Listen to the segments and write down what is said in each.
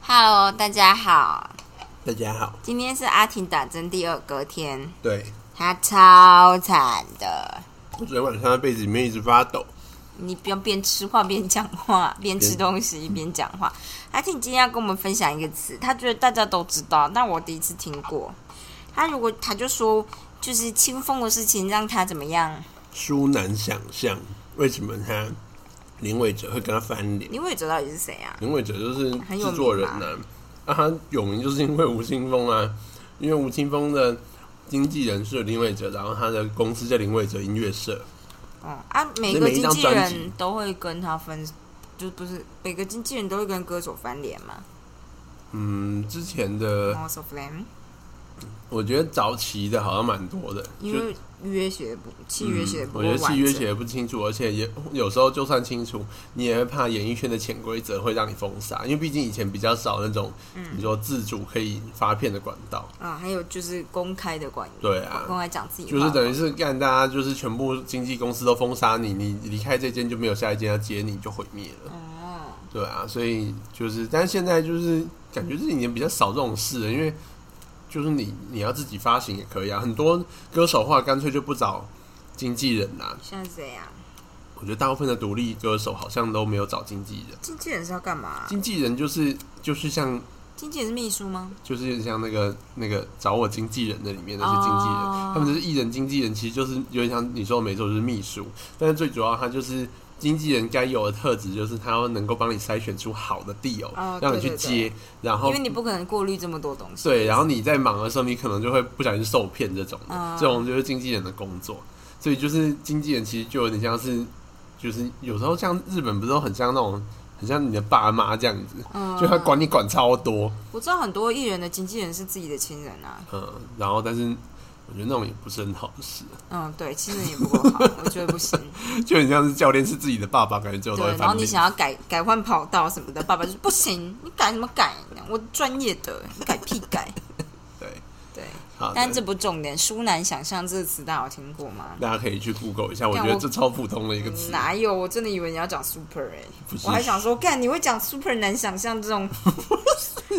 Hello，大家好，大家好，今天是阿婷打针第二隔天，对她超惨的。我昨天晚上在被子里面一直发抖，你不要边吃话边讲 话，边吃东西边讲话。阿婷今天要跟我们分享一个词，她觉得大家都知道，但我第一次听过。她如果她就说，就是清风的事情让她怎么样？殊难想象为什么他林伟哲会跟他翻脸。林伟哲到底是谁啊？林伟哲就是很有名吧制作人呐、啊，啊，他有名就是因为吴青峰啊，因为吴青峰的经纪人是林伟哲，然后他的公司叫林伟哲音乐社，嗯啊，每所个以每一经张纪专人辑都会跟他分，就不是每个经纪人都会跟歌手翻脸嘛。哦嗯，之前的 Most of them，我觉得早期的好像蛮多的，因就为约学不契约学不够嗯我觉得完整。契约写的不清楚，而且也有时候就算清楚，你也会怕演艺圈的潜规则会让你封杀，因为毕竟以前比较少那种，嗯你说自主可以发片的管道，啊，还有就是公开的管理，对啊公开讲自己就话是等于是干大家就是全部经纪公司都封杀你，你离开这间就没有下一间要接你，就毁灭了，哦，对啊，所以就是，但是现在就是感觉这几年比较少这种事了，因为就是你你要自己发行也可以啊，很多歌手话干脆就不找经纪人啦、现在是怎样？我觉得大部分的独立歌手好像都没有找经纪人，经纪人是要干嘛？经纪人就是就是像经纪人是秘书吗？就是像那个那个找我经纪人那里面那些经纪人哦他们就是艺人经纪人，其实就是有点像你说的没错，就是秘书，但是最主要他就是。经纪人该有的特质就是他要能够帮你筛选出好的 deal，、哦让你去对对接，对然后因为你不可能过滤这么多东西。对，然后你在忙的时候，你可能就会不小心受骗这种的，嗯这种就是经纪人的工作。所以就是经纪人其实就有点像是，就是有时候像日本不是都很像那种，很像你的爸妈这样子，嗯就他管你管超多，我知道很多艺人的经纪人是自己的亲人啊。嗯，然后但是我觉得那种也不是很好的事， 嗯，对，亲人也不够好，我觉得不行。就很像是教练是自己的爸爸，感觉最后都会对，然后翻你脸。想要改改换跑道什么的，爸爸就说不行，你改什么改？我专业的，你改屁改。对，对，好，但对这不重点。舒难想象这个词，大家有听过吗？大家可以去 Google 一下，我但觉得我嗯这超普通的一个词，哪有？我真的以为你要讲 super 哎、不是我还想说，干你会讲 super 难想象这 种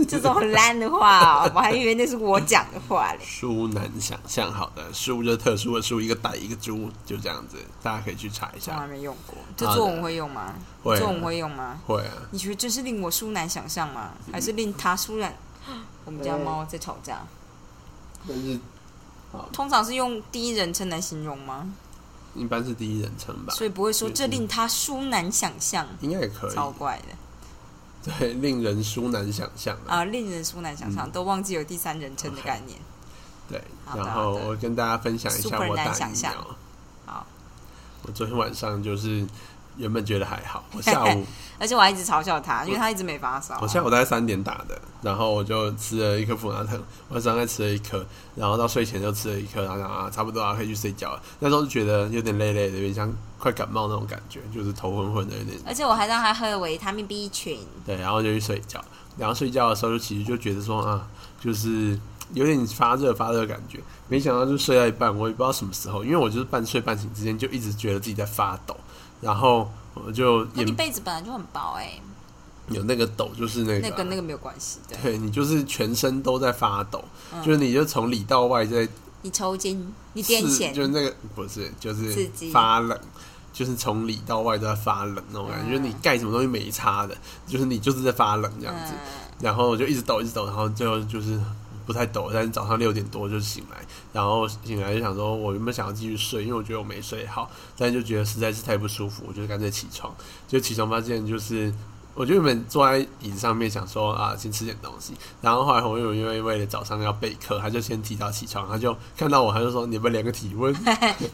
这种很烂的话、哦，我还以为那是我讲的话 嘞。书难想象，好的，书就是特殊的书，一个歹一个猪，就这样子，大家可以去查一从来下。没用过，这好的作文会用吗？会啊作文会用吗？会啊，你觉得这是令我舒难想象吗？还是令他舒然？嗯我们家猫在吵架，但是通常是用第一人称来形容吗？一般是第一人称吧，所以不会说嗯这令他舒难想象，应该也可以。超怪的 对，令人殊难想象啊。啊，令人舒难想嗯象，都忘记有第三人称的概念。对，好的然后我跟大家分享一下 Super 我打难想疫象苗。好，我昨天晚上就是原本觉得 还好，我下午而且我还一直嘲笑他，因为他一直没发烧啊。我下午大概三点打的，然后我就吃了一颗普拿疼，晚上再吃了一颗，然后到睡前就吃了一颗，然后想啊差不多啊可以去睡觉了。那时候就觉得有点累累的，有点像快感冒那种感觉，就是头昏昏的，有点而且我还让他喝维他命 B 群，对，然后就去睡觉。然后睡觉的时候就其实就觉得说啊，就是有点发热发热的感觉。没想到就睡到一半，我也不知道什么时候，因为我就是半睡半醒之间就一直觉得自己在发抖，然后我就那也你被子本来就很薄哎、有那个抖，就是那个那啊、跟那个没有关系的。对你就是全身都在发抖，嗯就是你就从里到外在你抽筋，你是癫痫，就是那个不是，就是刺激发冷，就是从里到外都在发冷那种感觉，嗯就是你盖什么东西没擦的，就是你就是在发冷这样子。嗯，然后我就一直抖，一直抖，然后最后就是不太抖，但是早上六点多就醒来，然后醒来就想说，我原本想要继续睡，因为我觉得我没睡好，但是就觉得实在是太不舒服，我就干脆起床。就起床发现就是。我就原本坐在椅子上面想说啊，先吃点东西，然后后来洪友因为为了早上要备课，他就先提早起床，他就看到我，他就说你们量个 体温，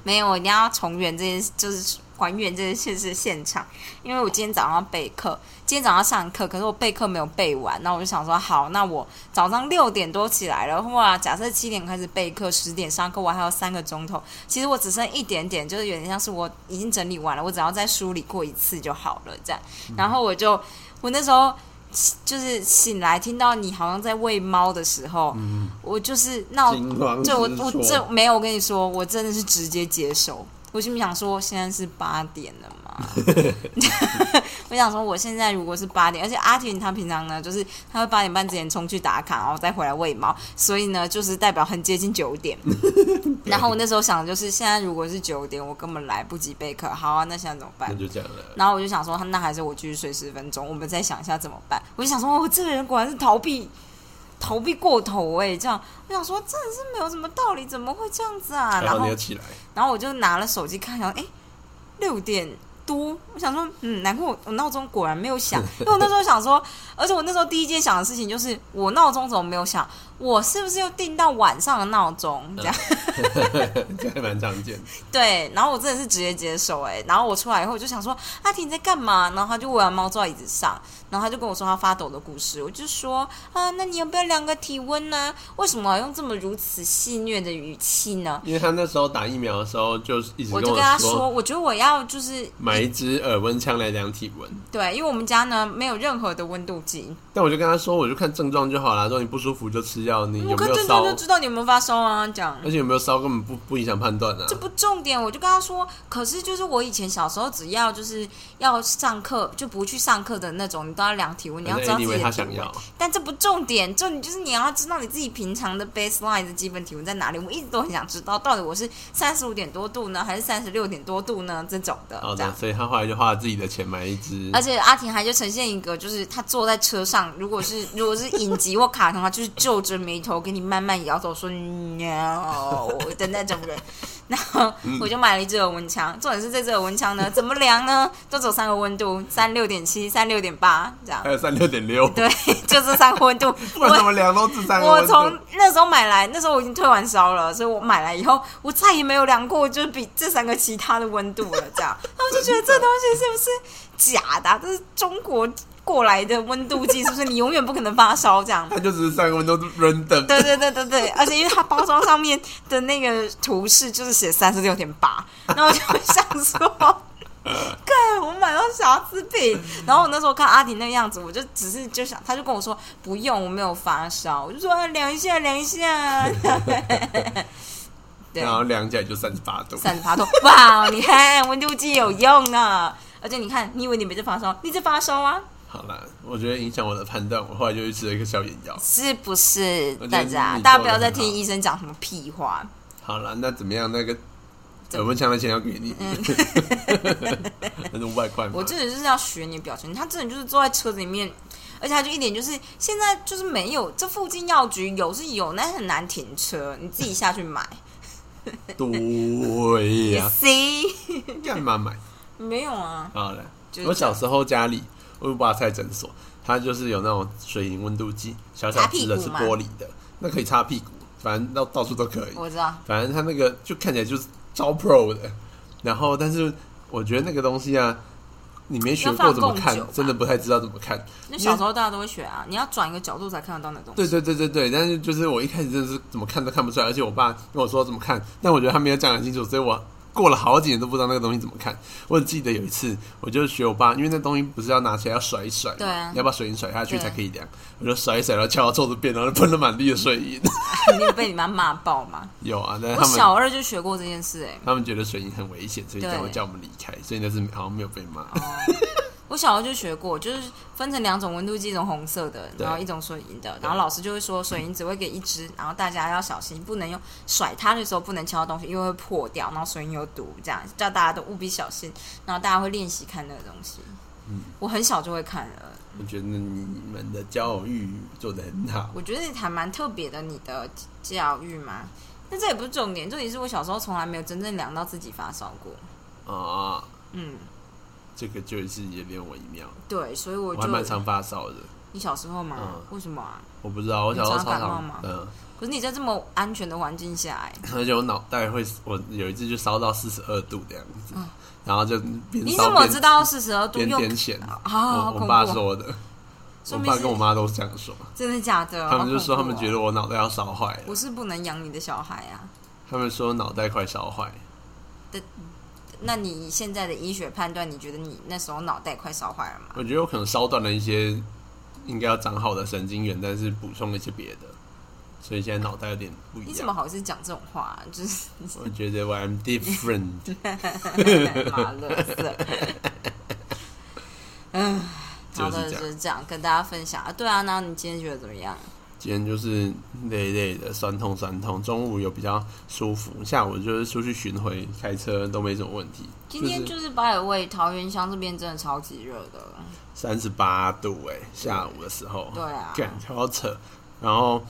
没有，我一定要重原这件，就是还原这件事是现场，因为我今天早上备课，今天早上上课，可是我备课没有备完，那我就想说，好，那我早上六点多起来了，哇，假设七点开始备课，十点上课，我还有三个钟头，其实我只剩一点点，就是有点像是我已经整理完了，我只要再梳理过一次就好了，这样，然后我就，我那时候。就是醒来听到你好像在喂猫的时候，我就是闹惊 慌失这措。我我这没有，我跟你说，我真的是直接接受。我心里想说，现在是八点了嘛， 我想说，我现在如果是八点，而且阿婷她平常呢，就是她会八点半之前冲去打卡，然后再回来喂猫，所以呢，就是代表很接近九点。然后我那时候想的就是，现在如果是九点，我根本来不及备课。好啊，那现在怎么办那？就这样了。然后我就想说，那还是我继续睡十分钟，我们再想一下怎么办。我就想说，我、哦这个人果然是逃避，逃避过头哎、这样我想说，真的是没有什么道理，怎么会这样子啊？然然后后你要起来， 然后我就拿了手机看，然后哎，六点多，我想说，嗯，难怪我我闹钟果然没有 响，因为我那时候想说，而且我那时候第一件想的事情就是，我闹钟怎么没有响？我是不是又定到晚上的闹钟？嗯这样这还蛮常 见的。对，然后我真的是直接接受哎、然后我出来以后我就想说，阿婷你在干嘛？然后他就我把猫坐在椅子上，然后他就跟我说他发抖的故事，我就说啊，那你要不要量个体温呢、为什么要用这么如此戏谑的语气呢？因为他那时候打疫苗的时候，就是一直我跟就跟他说，说，我觉得我要就是买一支耳温枪来量体温。对，因为我们家呢没有任何的温度计，但我就跟他说，我就看症状就好啦，说你不舒服就吃药，你有我没看有症烧哎状，就知道你有没有发烧啊，这样。而且有没有烧根本不不影响判断啊这。不重点，我就跟他说，可是就是我以前小时候，只要就是要上课就不去上课的那种，你都要量体温，你要反知正道自己哎 anyway 的他体想温。要，但这不重点，重点就是你要知道你自己平常的 baseline 的基本体温在哪里。我一直都很想知道，到底我是三十五点多度呢，还是三十六点多度呢？这种的，好这样的，。所以他后来就花了自己的钱买一支而。且阿婷还就呈现一个，就是她坐在车上，如果是 如果是影集或卡通，她就是皱着眉头给你慢慢摇头说 no 的那种人。然后我就买了一支耳温枪，重点是这支耳温枪呢，怎么量呢？就走三个温度，三六点七、三六点八这样还。有三六点六，对， 就这三个温度。哎 不然怎我么量都是三个我温度。从那时候买来，那时候我已经退完烧了，所以我买来以后，我再也没有量过，就是比这三个其他的温度了。这样，那我就觉得这东西是不是假的啊、这是中国过来的温度计，是不是你永远不可能发烧这样？他就只是三个温度 random，对对对对对，而且因为它包装上面的那个图示就是写三十六点八，然后我就想说，干，我买到瑕疵品。然后我那时候看阿婷那个样子，我就只是就想，他就跟我说不用，我没有发烧，我就说啊量一下量一下，对然，后量起来就三十八度。三十八度，哇，你看温度计有用呢。而且你看，你以为你没在发烧，你在发烧啊，好啦，我觉得影响我的判断，我后来就去吃了一个消炎药。是不是我觉？大得家，你大家做得不要再很听好医生讲什么屁话。好啦，那怎么样？那个怎嗯耳温枪的钱要给你， 那是五百块吗？ 我真的就是要学你的表情，他真的就是坐在车子里面，而且他就一点就是现在就是没有，这附近药局有是有，但是很难停车，你自己下去 买。对也 呀、 C 干嘛买？没有啊，好了就，是我小时候家里我爸菜诊所，它就是有那种水银温度计，小小只的擦屁是股哦吗玻璃的，那可以擦屁股，反正到到处都可以。我知道，反正它那个就看起来就是超 pro 的，然后但是我觉得那个东西啊，你没学过怎么要放贡看酒吧，真的不太知道怎么看。那小时候大家都会学啊，你要转一个角度才看得到那东西。对对对对对，但是就是我一开始真的是怎么看都看不出来，而且我爸跟我说怎么看，但我觉得他没有讲很清楚，所以我过了好几年都不知道那个东西怎么看。我只记得有一次，我就学我爸，因为那东西不是要拿起来要甩一甩嘛，对啊你要把水银甩下去对才可以量，我就甩一甩，然后敲到桌子边，然后喷了满地的水银。 你有被你妈骂爆吗？有啊，但是我 他们小二就学过这件事、哎，他们觉得水银很危险，所以对才会叫我们离开，所以那次好像没有被骂。我小时候就学过，就是分成两种温度计，一种红色的，对然后一种水银的。然后老师就会说，水银只会给一支，然后大家要小心，不能用甩它的时候不能敲到东西，因为会破掉。然后水银有毒，这样叫大家都务必小心。然后大家会练习看那个东西。嗯我很小就会看了，我觉得你们的教育做得很好，我觉得还蛮特别的，你的教育嘛。但这也不是重点，重点是我小时候从来没有真正量到自己发烧过。啊，嗯，这个就是有点微妙。对，所以我我就还蛮常发烧的，你小时候嘛，嗯为什么啊？我不知道，我小时候常你常感冒常吗嗯，可是你在这么安全的环境下、哎。而且我脑袋会，我有一次就烧到四十二度这样子，然后就边嗯你烧怎么边知道四十二度边又啊癫痫？好我恐我怖爸哦说的，我说明爸是跟我妈都这样说，真的假的？他们就说他们觉得得我脑袋要烧坏了，啊我是不能养你的小孩啊。他们说脑袋快烧坏，那你现在的医学判断，你觉得你那时候脑袋快烧坏了吗？我觉得我可能烧断了一些应该要长好的神经元，但是补充了一些别的，所以现在脑袋有点不你一怎么样。好意思讲这种话、 啊？就是我觉得我 I'm different，马勒色。 这样跟大家分享啊。对啊，那你今天觉得怎么样？今天就是累累的，酸痛酸痛。中午有比较舒服，下午就是出去巡回，开车都没什么问题。今天就是就是八尾味桃园乡这边真的超级热的，三十八度哎、下午的时候，对啊，干超扯。然后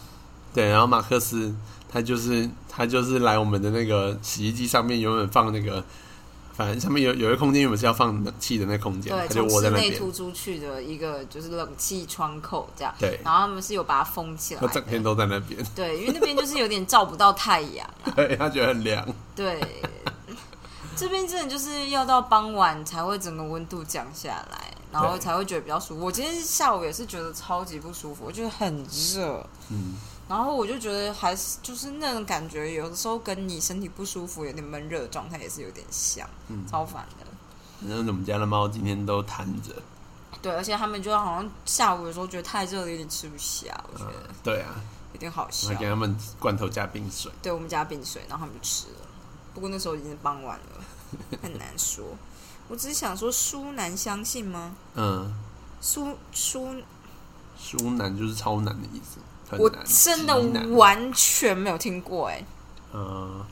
对，然后马克思他就是他就是来我们的那个洗衣机上面原本放那个，反正上面有有一个空间原本是要放冷气的那空间，对，他就从窝室在那内边，突出去的一个就是冷气窗口这样，对然后他们是有把它封起来他整天的，都在那 边，对，因为那边就是有点照不到太阳，对他觉得很凉。对，这边真的就是要到傍晚才会整个温度降下来，然后对才会觉得比较舒服。我今天下午也是觉得超级不舒服，我觉得很热，嗯，然后我就觉得还是就是那种感觉，有的时候跟你身体不舒服、有点闷热的状态也是有点像，嗯超烦的。然后我们家的猫今天都瘫着。对，而且他们就好像下午的时候觉得太热了，有点吃不下，我觉嗯得，对啊，有点好我笑还。给他们罐头加冰水。对我们家冰水，然后他们就吃了。不过那时候已经是傍晚 了，很难说。我只是想说，舒南相信吗？嗯，舒舒，舒难就是超难的意思，很我难，真的极难。完全没有听过哎、嗯，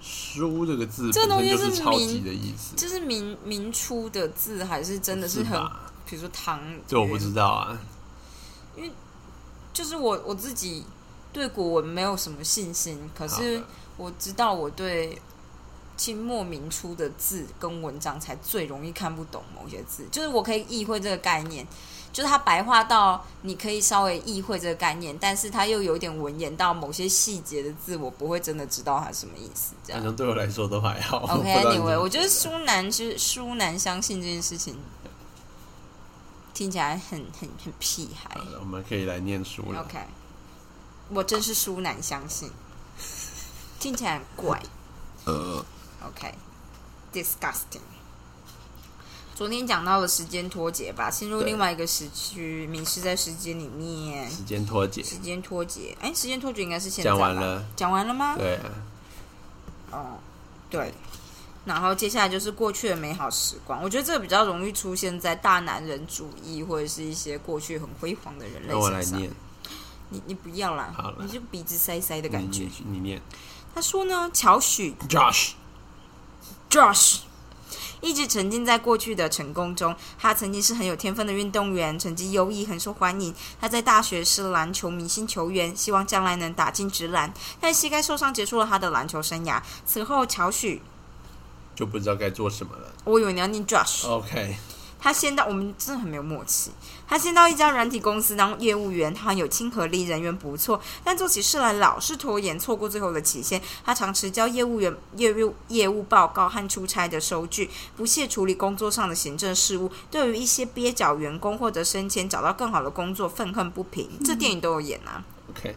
舒这个字这本东西身就是是超名级的意思，这是明明初的字，还是真的是很，吧比如说唐？这我不知道啊。就是我我自己对古文没有什么信心，可好是的我知道我对清末明初的字跟文章才最容易看不懂某些字，就是我可以意会这个概念，就是它白话到你可以稍微意会这个概念，但是它又有一点文言到某些细节的字，我不会真的知道它什么意思。这反样正对我来说都还好。 我不知道你怎么 OK，anyway，觉啊我觉得舒南是舒南相信这件事情。听起来很很很屁孩好。了我们可以来念书了。 OK，我真是舒难相信，听起来很怪。呃， OK，disgusting、昨天讲到了时间脱节吧，进入对另外一个时区，迷失在时间里面。时间脱节，时间脱节，哎，时间脱节应该是现在吧讲完，了。讲完了吗？对啊，哦，对。然后接下来就是过去的美好时光，我觉得这个比较容易出现在大男人主义或者是一些过去很辉煌的人类那我来身上。念，你你不要啦，好了你就鼻子塞塞的你感觉。你你念。他说呢，乔许 Josh， Josh 一直沉浸在过去的成功中。他曾经是很有天分的运动员，成绩优异，很受欢迎。他在大学是篮球明星球员，希望将来能打进职篮，但膝盖受伤结束了他的篮球生涯。此后，乔许，就不知道该做什么了。我以为你要念 Josh，、 OK，他先到我们真的很没有默契。他先到一家软体公司当业务员，他很有亲和力，人缘不错，但做起事来老是拖延，错过最后的期限。他常迟交业务员业务业务报告和出差的收据，不屑处理工作上的行政事务。对于一些蹩脚员工或者升迁找到更好的工作，愤恨不平。这电影都有演啊。 OK，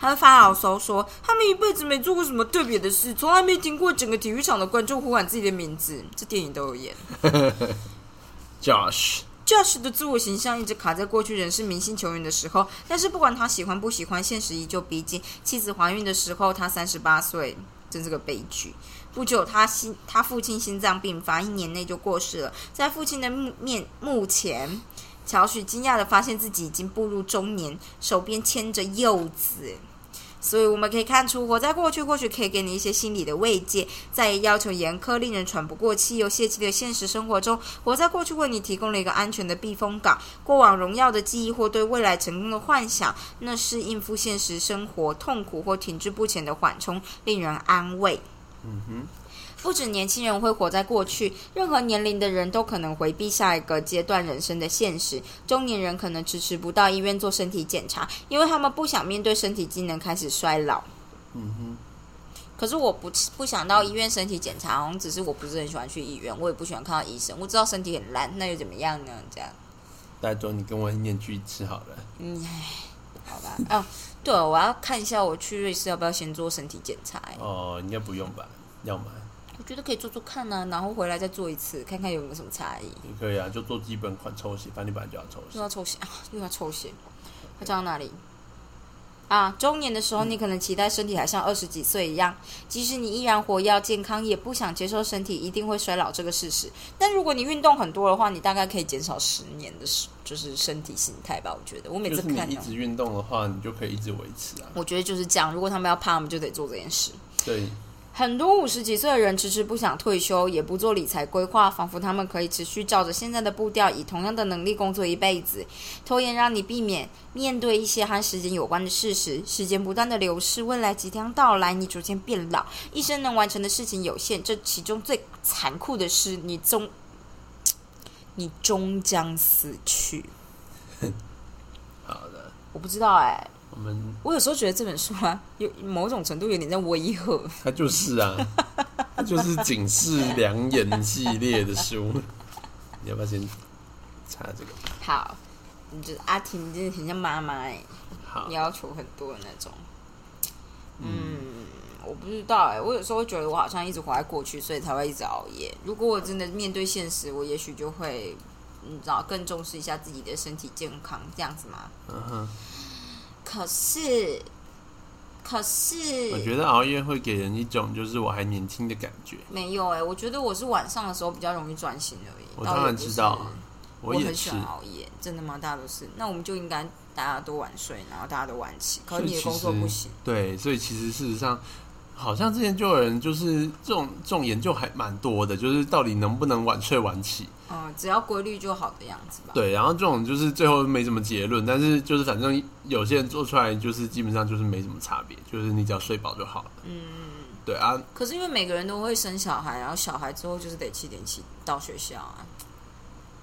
他会发牢骚说，他们一辈子没做过什么特别的事，从来没听过整个体育场的观众呼喊自己的名字。这电影都有演。 Josh， Josh 的自我形象一直卡在过去人是明星球员的时候，但是不管他喜欢不喜欢，现实依旧逼近。妻子怀孕的时候，他三十八岁，真是个悲剧。不久，他心他父亲心脏病发，一年内就过世了。在父亲的墓面墓前，乔许惊讶地发现自己已经步入中年，手边牵着柚子。所以我们可以看出，活在过去或许可以给你一些心理的慰藉，在要求严苛、令人喘不过气又泄气的现实生活中，活在过去为你提供了一个安全的避风港。过往荣耀的记忆或对未来成功的幻想，那是应付现实生活痛苦或停滞不前的缓冲，令人安慰。嗯哼，不止年轻人会活在过去，任何年龄的人都可能回避下一个阶段人生的现实。中年人可能迟迟不到医院做身体检查，因为他们不想面对身体机能开始衰老。嗯哼，可是我不不想到医院身体检查，好像只是我不是很喜欢去医院，我也不喜欢看到医生。我知道身体很烂，那又怎么样呢？这样，大周，你跟我念句子好了。嗯，唉好吧。哦，对了，我要看一下我去瑞士要不要先做身体检查、欸哦，应该不用吧？要吗？我觉得可以做做看呢、然后回来再做一次，看看有没有什么差异。也可以啊，就做基 本款抽血，反正你本来就要抽血又。要抽血啊，又要抽血，他讲到哪里？啊，中年的时候，你可能期待身体还像二十几岁一样，即使你依然活跃健康，也不想接受身体一定会衰老这个事实。但如果你运动很多的话，你大概可以减少十年的时，就是身体形态吧。我觉得，我每就次是你看哦一那种，直运动的话，你就可以一直维持啊。我觉得就是这样。如果他们要胖，他们就得做这件事。对，很多五十几岁的人迟迟不想退休，也不做理财规划，仿佛他们可以持续照着现在的步调，以同样的能力工作一辈子。拖延让你避免面对一些和时间有关的事实，时间不断的流逝，未来即将到来，你逐渐变老，一生能完成的事情有限。这其中最残酷的是，你终你终将死去。好的，我不知道哎、我们我有时候觉得这本书啊， 有某种程度有点在威吓。它就是 啊，它就是警示良言系列的书。你要不要先查这个？好，你就是阿婷，真的很像妈妈哎、好，要求很多的那种。嗯，我不知道哎、我有时候会觉得我好像一直活在过去，所以才会一直熬夜。如果我真的面对现实，我也许就会，你知道，更重视一下自己的身体健康，这样子嘛。嗯哼，可是，可是，我觉得熬夜会给人一种就是我还年轻的感觉。没有哎、我觉得我是晚上的时候比较容易专心而已。我倒当也然不知是道，啊我也很喜是欢。熬夜，真的吗？大家都是，那我们就应该大家都晚睡，然后大家都晚起。可所是你以的其工作实不行，对，所以其实事实上，好像之前就有人就是这种这种研究还蛮多的，就是到底能不能晚睡晚起。嗯、只要规律就好的样子吧。对，然后这种就是最后没什么结论，但是就是反正有些人做出来就是基本上就是没什么差别，就是你只要睡饱就好了。嗯，对啊，可是因为每个人都会生小孩，然后小孩之后就是得七点起到学校啊，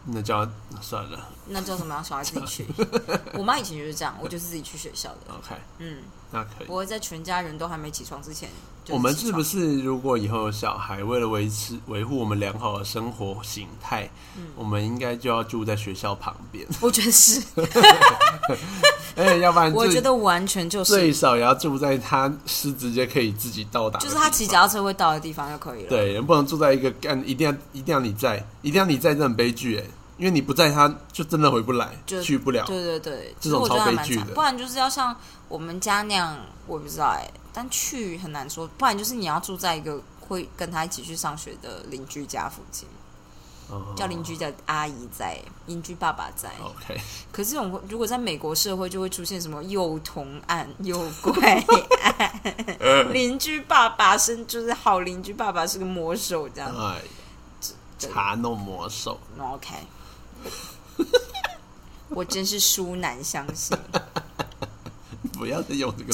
那叫算了那叫什么？让小孩自己去。 我妈以前就是这样，我就是自己去学校的。 ，OK，嗯，那可以。我会在全家人都还没起床之前就起床。我们是不是如果以后有小孩，为了维持维护我们良好的生活形态，嗯我们应该就要住在学校旁边？ 我觉得是，哎，要不然我最觉得完全就是最，少也要住在他是直接可以自己到达的就地是方，他骑脚踏车会到的地方就可以了。对，不能住在一个干，一定要一定要你在，一定要你在，这很悲剧哎，因为你不在他，就真的回不来，就去不了。对对对，其这种实我觉得超还悲蛮剧惨的不然就是要像我们家那样，我也不知道哎、但去很难说。不然就是你要住在一个会跟他一起去上学的邻居家附近，哦叫邻居的阿姨在，邻居爸爸在。 OK，可是这种如果在美国社会，就会出现什么幼童案、诱拐 案，邻居爸爸是就是好邻居爸爸是个魔手这样。哎，对茶弄魔手， OK，我真是殊难相信。不要再用这个。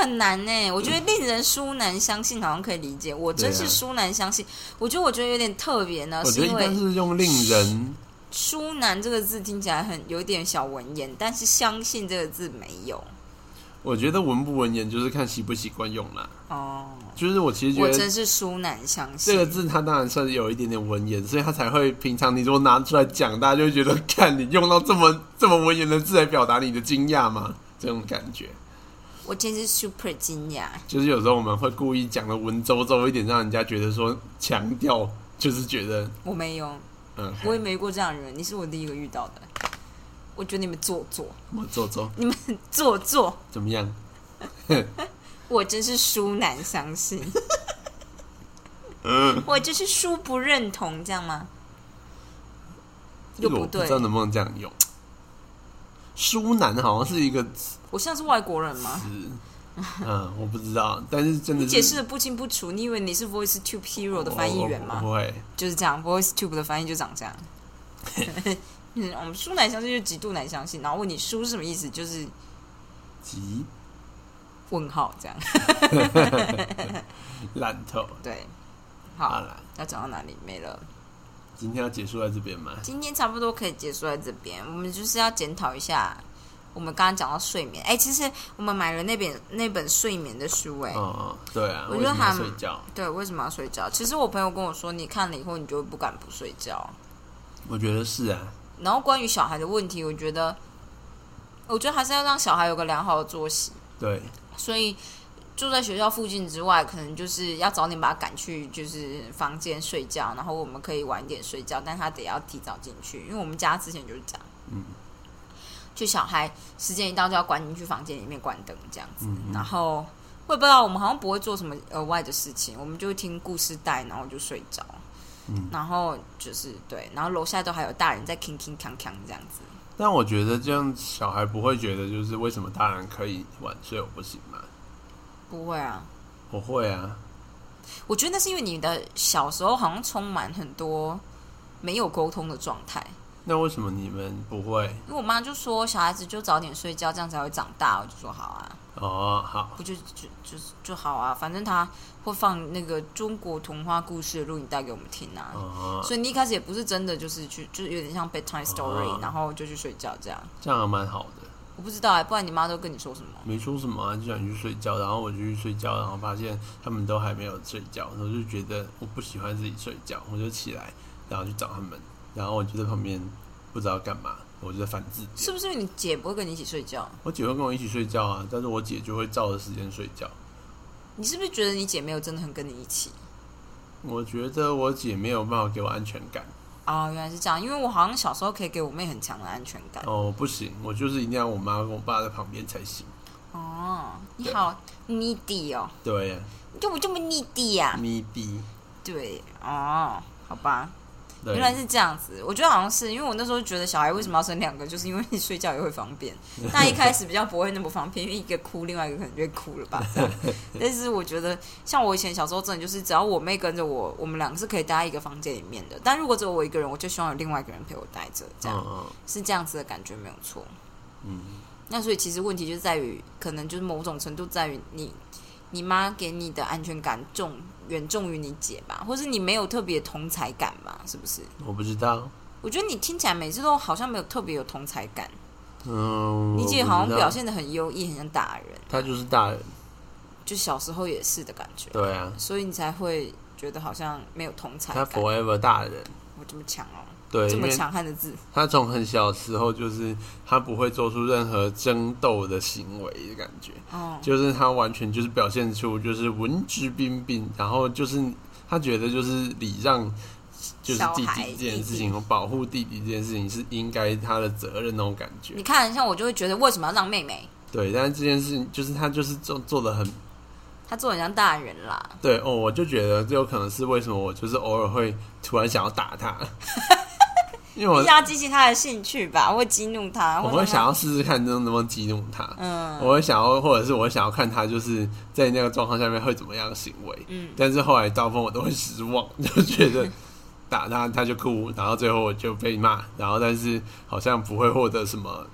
很难呢、我觉得令人殊难相信，好像可以理解。我真是对啊殊难相信，我觉得我觉得有点特别呢，我是觉得因应该为是用令人“殊难”这个字听起来很有点小文言，但是“相信”这个字没有我觉得文不文言就是看习不习惯用啦。哦。就是我其实觉我得真是殊难相信这个字它当然算是有一点点文言，所以它才会平常你如果拿出来讲，大家就会觉得， 看你用到这么这么文言的字来表达你的惊讶吗？这种感觉，我真是 super 惊讶。就是有时候我们会故意讲的文绉绉一点，让人家觉得说强调，就是觉得我没有，嗯，我也没遇过这样的人，你是我第一个遇到的。我觉得你们做作，我做做你们做作，怎么样？我真是殊难相信。嗯我就是殊不认同，这样吗？又这个我不对知道能不能这样用。舒南好像是一个词，我像是外国人吗？嗯，我不知道，但是真的你是解释的不清不楚，你以为你是 Voice Tube Hero 的翻译员我我吗？不会，就是这样，Voice Tube 的翻译就长这样。 嗯，我们殊难相信就极度难相信，然后问你“书”是什么意思，就是急问号这样。烂透。对，好好，了，要讲到哪里没了？今天要结束在这边吗？今天差不多可以结束在这边，我们就是要检讨一下。我们刚刚讲到睡眠，哎、其实我们买了那本那本睡眠的书、哎、哦，对啊，我为觉得什么要还睡觉？对，为什么要睡觉？其实我朋友跟我说，你看了以后，你就会不敢不睡觉。我觉得是啊，然后关于小孩的问题，我觉得，我觉得还是要让小孩有个良好的作息。对，所以住在学校附近之外，可能就是要早点把他赶去就是房间睡觉，然后我们可以晚一点睡觉，但他得要提早进去，因为我们家之前就是这样。嗯。就小孩时间一到就要关进去房间里面关灯这样子。嗯然后我也不知道，我们好像不会做什么额外的事情，我们就听故事带，然后就睡着。嗯然后就是对，然后楼下都还有大人在吭吭锵锵这样子。但我觉得这样小孩不会觉得就是为什么大人可以晚睡我不行吗？不会啊，我会啊，我觉得那是因为你的小时候好像充满很多没有沟通的状态。那为什么你们不会？因为我妈就说小孩子就早点睡觉，这样才会长大。我就说好啊，哦，好，不就就就就好啊，反正她会放那个中国童话故事的录影带给我们听啊。哦，所以你一开始也不是真的，就是去，就是有点像 bedtime story，、哦然后就去睡觉这样。这样还蛮好的。我不知道哎、不然你妈都跟你说什么？没说什么啊，就想去睡觉，然后我就去睡觉，然后发现他们都还没有睡觉，然后就觉得我不喜欢自己睡觉，我就起来，然后去找他们，然后我就在旁边不知道干嘛，我就在翻字典。是不是因为你姐不会跟你一起睡觉？我姐会跟我一起睡觉啊，但是我姐就会照着时间睡觉。你是不是觉得你姐没有真的很跟你一起？我觉得我姐没有办法给我安全感，哦，原来是这样，因为我好像小时候可以给我妹很强的安全感。哦，不行，我就是一定要我妈跟我爸在旁边才行。哦，你好 needy 哦，对，你怎么这么 needy 呀、咪逼，对，哦，好吧，对原来是这样子。我觉得好像是因为我那时候觉得小孩为什么要生两个，就是因为你睡觉也会方 便。那一开始比较不会那么方便，因为一个哭，另外一个可能就会哭了吧。这 样但是我觉得，像我以前小时候真的就是，只要我妹跟着我，我们两个是可以待在一个房间里面的。但如果只有我一个人，我就希望有另外一个人陪我待着，这样、嗯是这样子的感觉没有错。嗯那所以其实问题就在于，可能就是某种程度在于你，你妈给你的安全感重远重于你姐吧，或是你没有特别同才感吧，是不是？嗯，我不知道，我觉得你听起来每次都好像没有特别有同才感，嗯，你姐好我像不知道表，现的很优异，很像大人，她就是大人，就小时候也是的感觉，对啊，所以你才会觉得好像没有同才她感。我 forever 大人。这么强哦，对，这因么为强悍的字，他从很小的时候就是他不会做出任何争斗的行为的感觉，哦，就是他完全就是表现出就是文质彬彬，然后就是他觉得就是礼让。就是小弟孩弟这件事弟情，保护弟弟这件事情是应该他的责任那种感觉你。看像我就会觉得为什么要让妹妹？对，但是这件事情就是他就是做做的很她做得很像大人啦，对哦，我就觉得这有可能是为什么我就是偶尔会突然想要打 他，因为我你想要激起她的兴趣吧，或激怒她，我或会让她想要试试看能不能激怒他。啊嗯，我会想要，或者是我想要看他就是在那个状况下面会怎么样的行为。嗯，但是后来大部分我都会失望，就觉 得打他他就哭，然后最后我就被骂，然后但是好像不会获得什么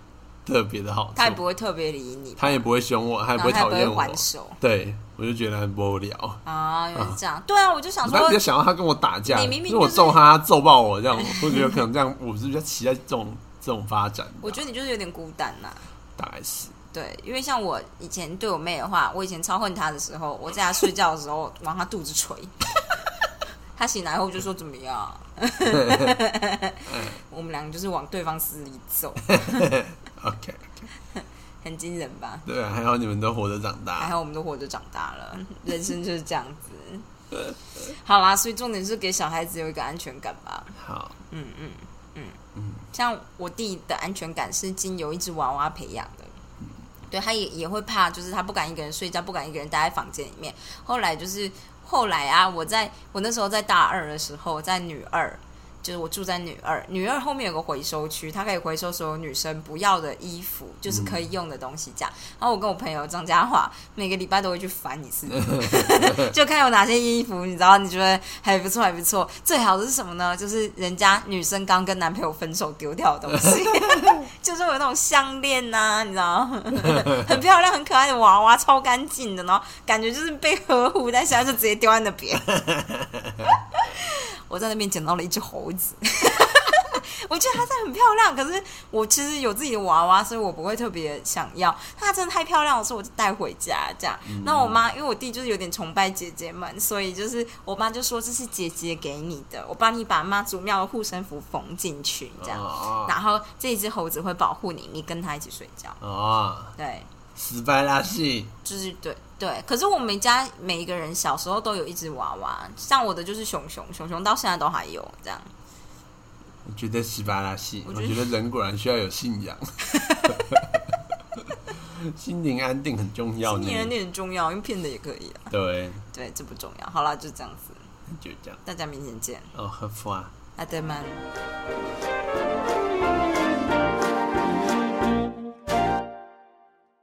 特别的好她也处，不会特别理你，他也不会凶我，他然也不后会她也讨不会厌我还，手对我就觉得很无聊。啊，原来是这样。对啊，我就想嗯我说当时就想要他跟我打架，你明明如果就是揍他，他揍爆我这样，我觉得可能这样，我是比较期待这种这种发展吧。我觉得你就是有点孤单呐、大概是，对，因为像我以前对我妹的话，我以前超恨她的时候，我在她睡觉的时候 往她肚子捶，她醒来后就说怎么样， 我们两个就是往对方死里 走， OK，很惊人吧？对，还好你们都活着长大。还好我们都活着长大了，人生就是这样子。好啦，所以重点是给小孩子有一个安全感吧。好，嗯嗯嗯嗯，像我弟的安全感是经由一只娃娃培养的。对，他也也会怕，就是他不敢一个人睡觉，不敢一个人待在房间里面。后来就是后来啊，我在我那时候在大二的时候，在女二，就是我住在女二，女二后面有个回收区，它可以回收所有女生不要的衣服，就是可以用的东西这样。然后我跟我朋友张家华每个礼拜都会去翻一次，就看有哪些衣服，你知道你觉得还不错，还不错。最好的是什么呢？就是人家女生刚跟男朋友分手丢掉的东西，就是有那种项链呐、你知道， 很漂亮、很可爱的娃娃，超干净的，然后感觉就是被呵护，但现在就直接丢在那边。 我在那边捡到了一只猴子， 我觉得它真的很漂亮，可是我其实有自己的娃娃，所以我不会特别想要。它真的太漂亮了，所以我就带回家这样。那我妈，因为我弟就是有点崇拜姐姐们，所以就是我妈就说这是姐姐给你的，我帮你把妈祖庙的护身符缝进去这样。哦然后这一只猴子会保护你，你跟它一起睡觉。哦，对，失败拉戏，就是对对。可是我们家每一个人小时候都有一只娃娃，像我的就是熊熊，熊熊到现在都还有这样。我觉得失败拉戏，我我觉得 觉得人果然需要有信仰。心灵安定很重要心呢理。安定很重要，用骗的也可以啊。对，对，这不重要。好啦，就这样子，就这样。大家明天见，哦，喝服啊。阿德曼。